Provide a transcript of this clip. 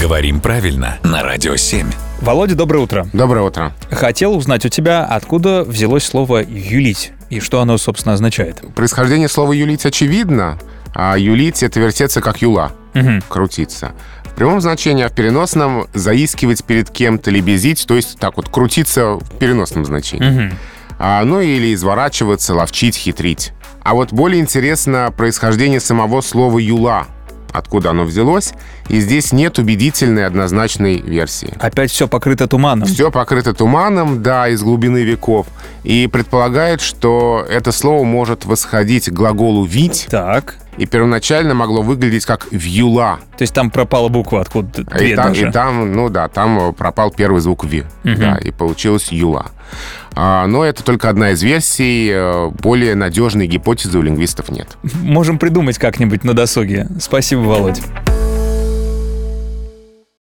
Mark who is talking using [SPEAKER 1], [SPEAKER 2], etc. [SPEAKER 1] Говорим правильно на Радио 7.
[SPEAKER 2] Володя, доброе утро.
[SPEAKER 3] Доброе утро.
[SPEAKER 2] Хотел узнать у тебя, откуда взялось слово «юлить» и что оно, собственно, означает.
[SPEAKER 3] Происхождение слова «юлить» очевидно, а «юлить» — это вертеться как юла,
[SPEAKER 2] Мгм.
[SPEAKER 3] крутиться. В прямом значении, а в переносном — заискивать перед кем-то, лебезить, то есть так вот крутиться в переносном значении.
[SPEAKER 2] Мгм.
[SPEAKER 3] А, ну или изворачиваться, ловчить, хитрить. А вот более интересно происхождение самого слова «юла», откуда оно взялось, и здесь нет убедительной однозначной версии.
[SPEAKER 2] Опять все покрыто туманом.
[SPEAKER 3] Все покрыто туманом, да, из глубины веков. И предполагает, что это слово может восходить к глаголу «вить»,
[SPEAKER 2] Так.
[SPEAKER 3] и первоначально могло выглядеть как «вьюла».
[SPEAKER 2] То есть там пропала буква откуда-то.
[SPEAKER 3] А
[SPEAKER 2] две
[SPEAKER 3] И там,
[SPEAKER 2] даже.
[SPEAKER 3] и там, ну да, там э, пропал первый звук «ви»,
[SPEAKER 2] Мгм.
[SPEAKER 3] да, и получилось «юла». А, но это только одна из версий, э, более надежной гипотезы у лингвистов нет.
[SPEAKER 2] Можем придумать как-нибудь на досуге. Спасибо, Володь.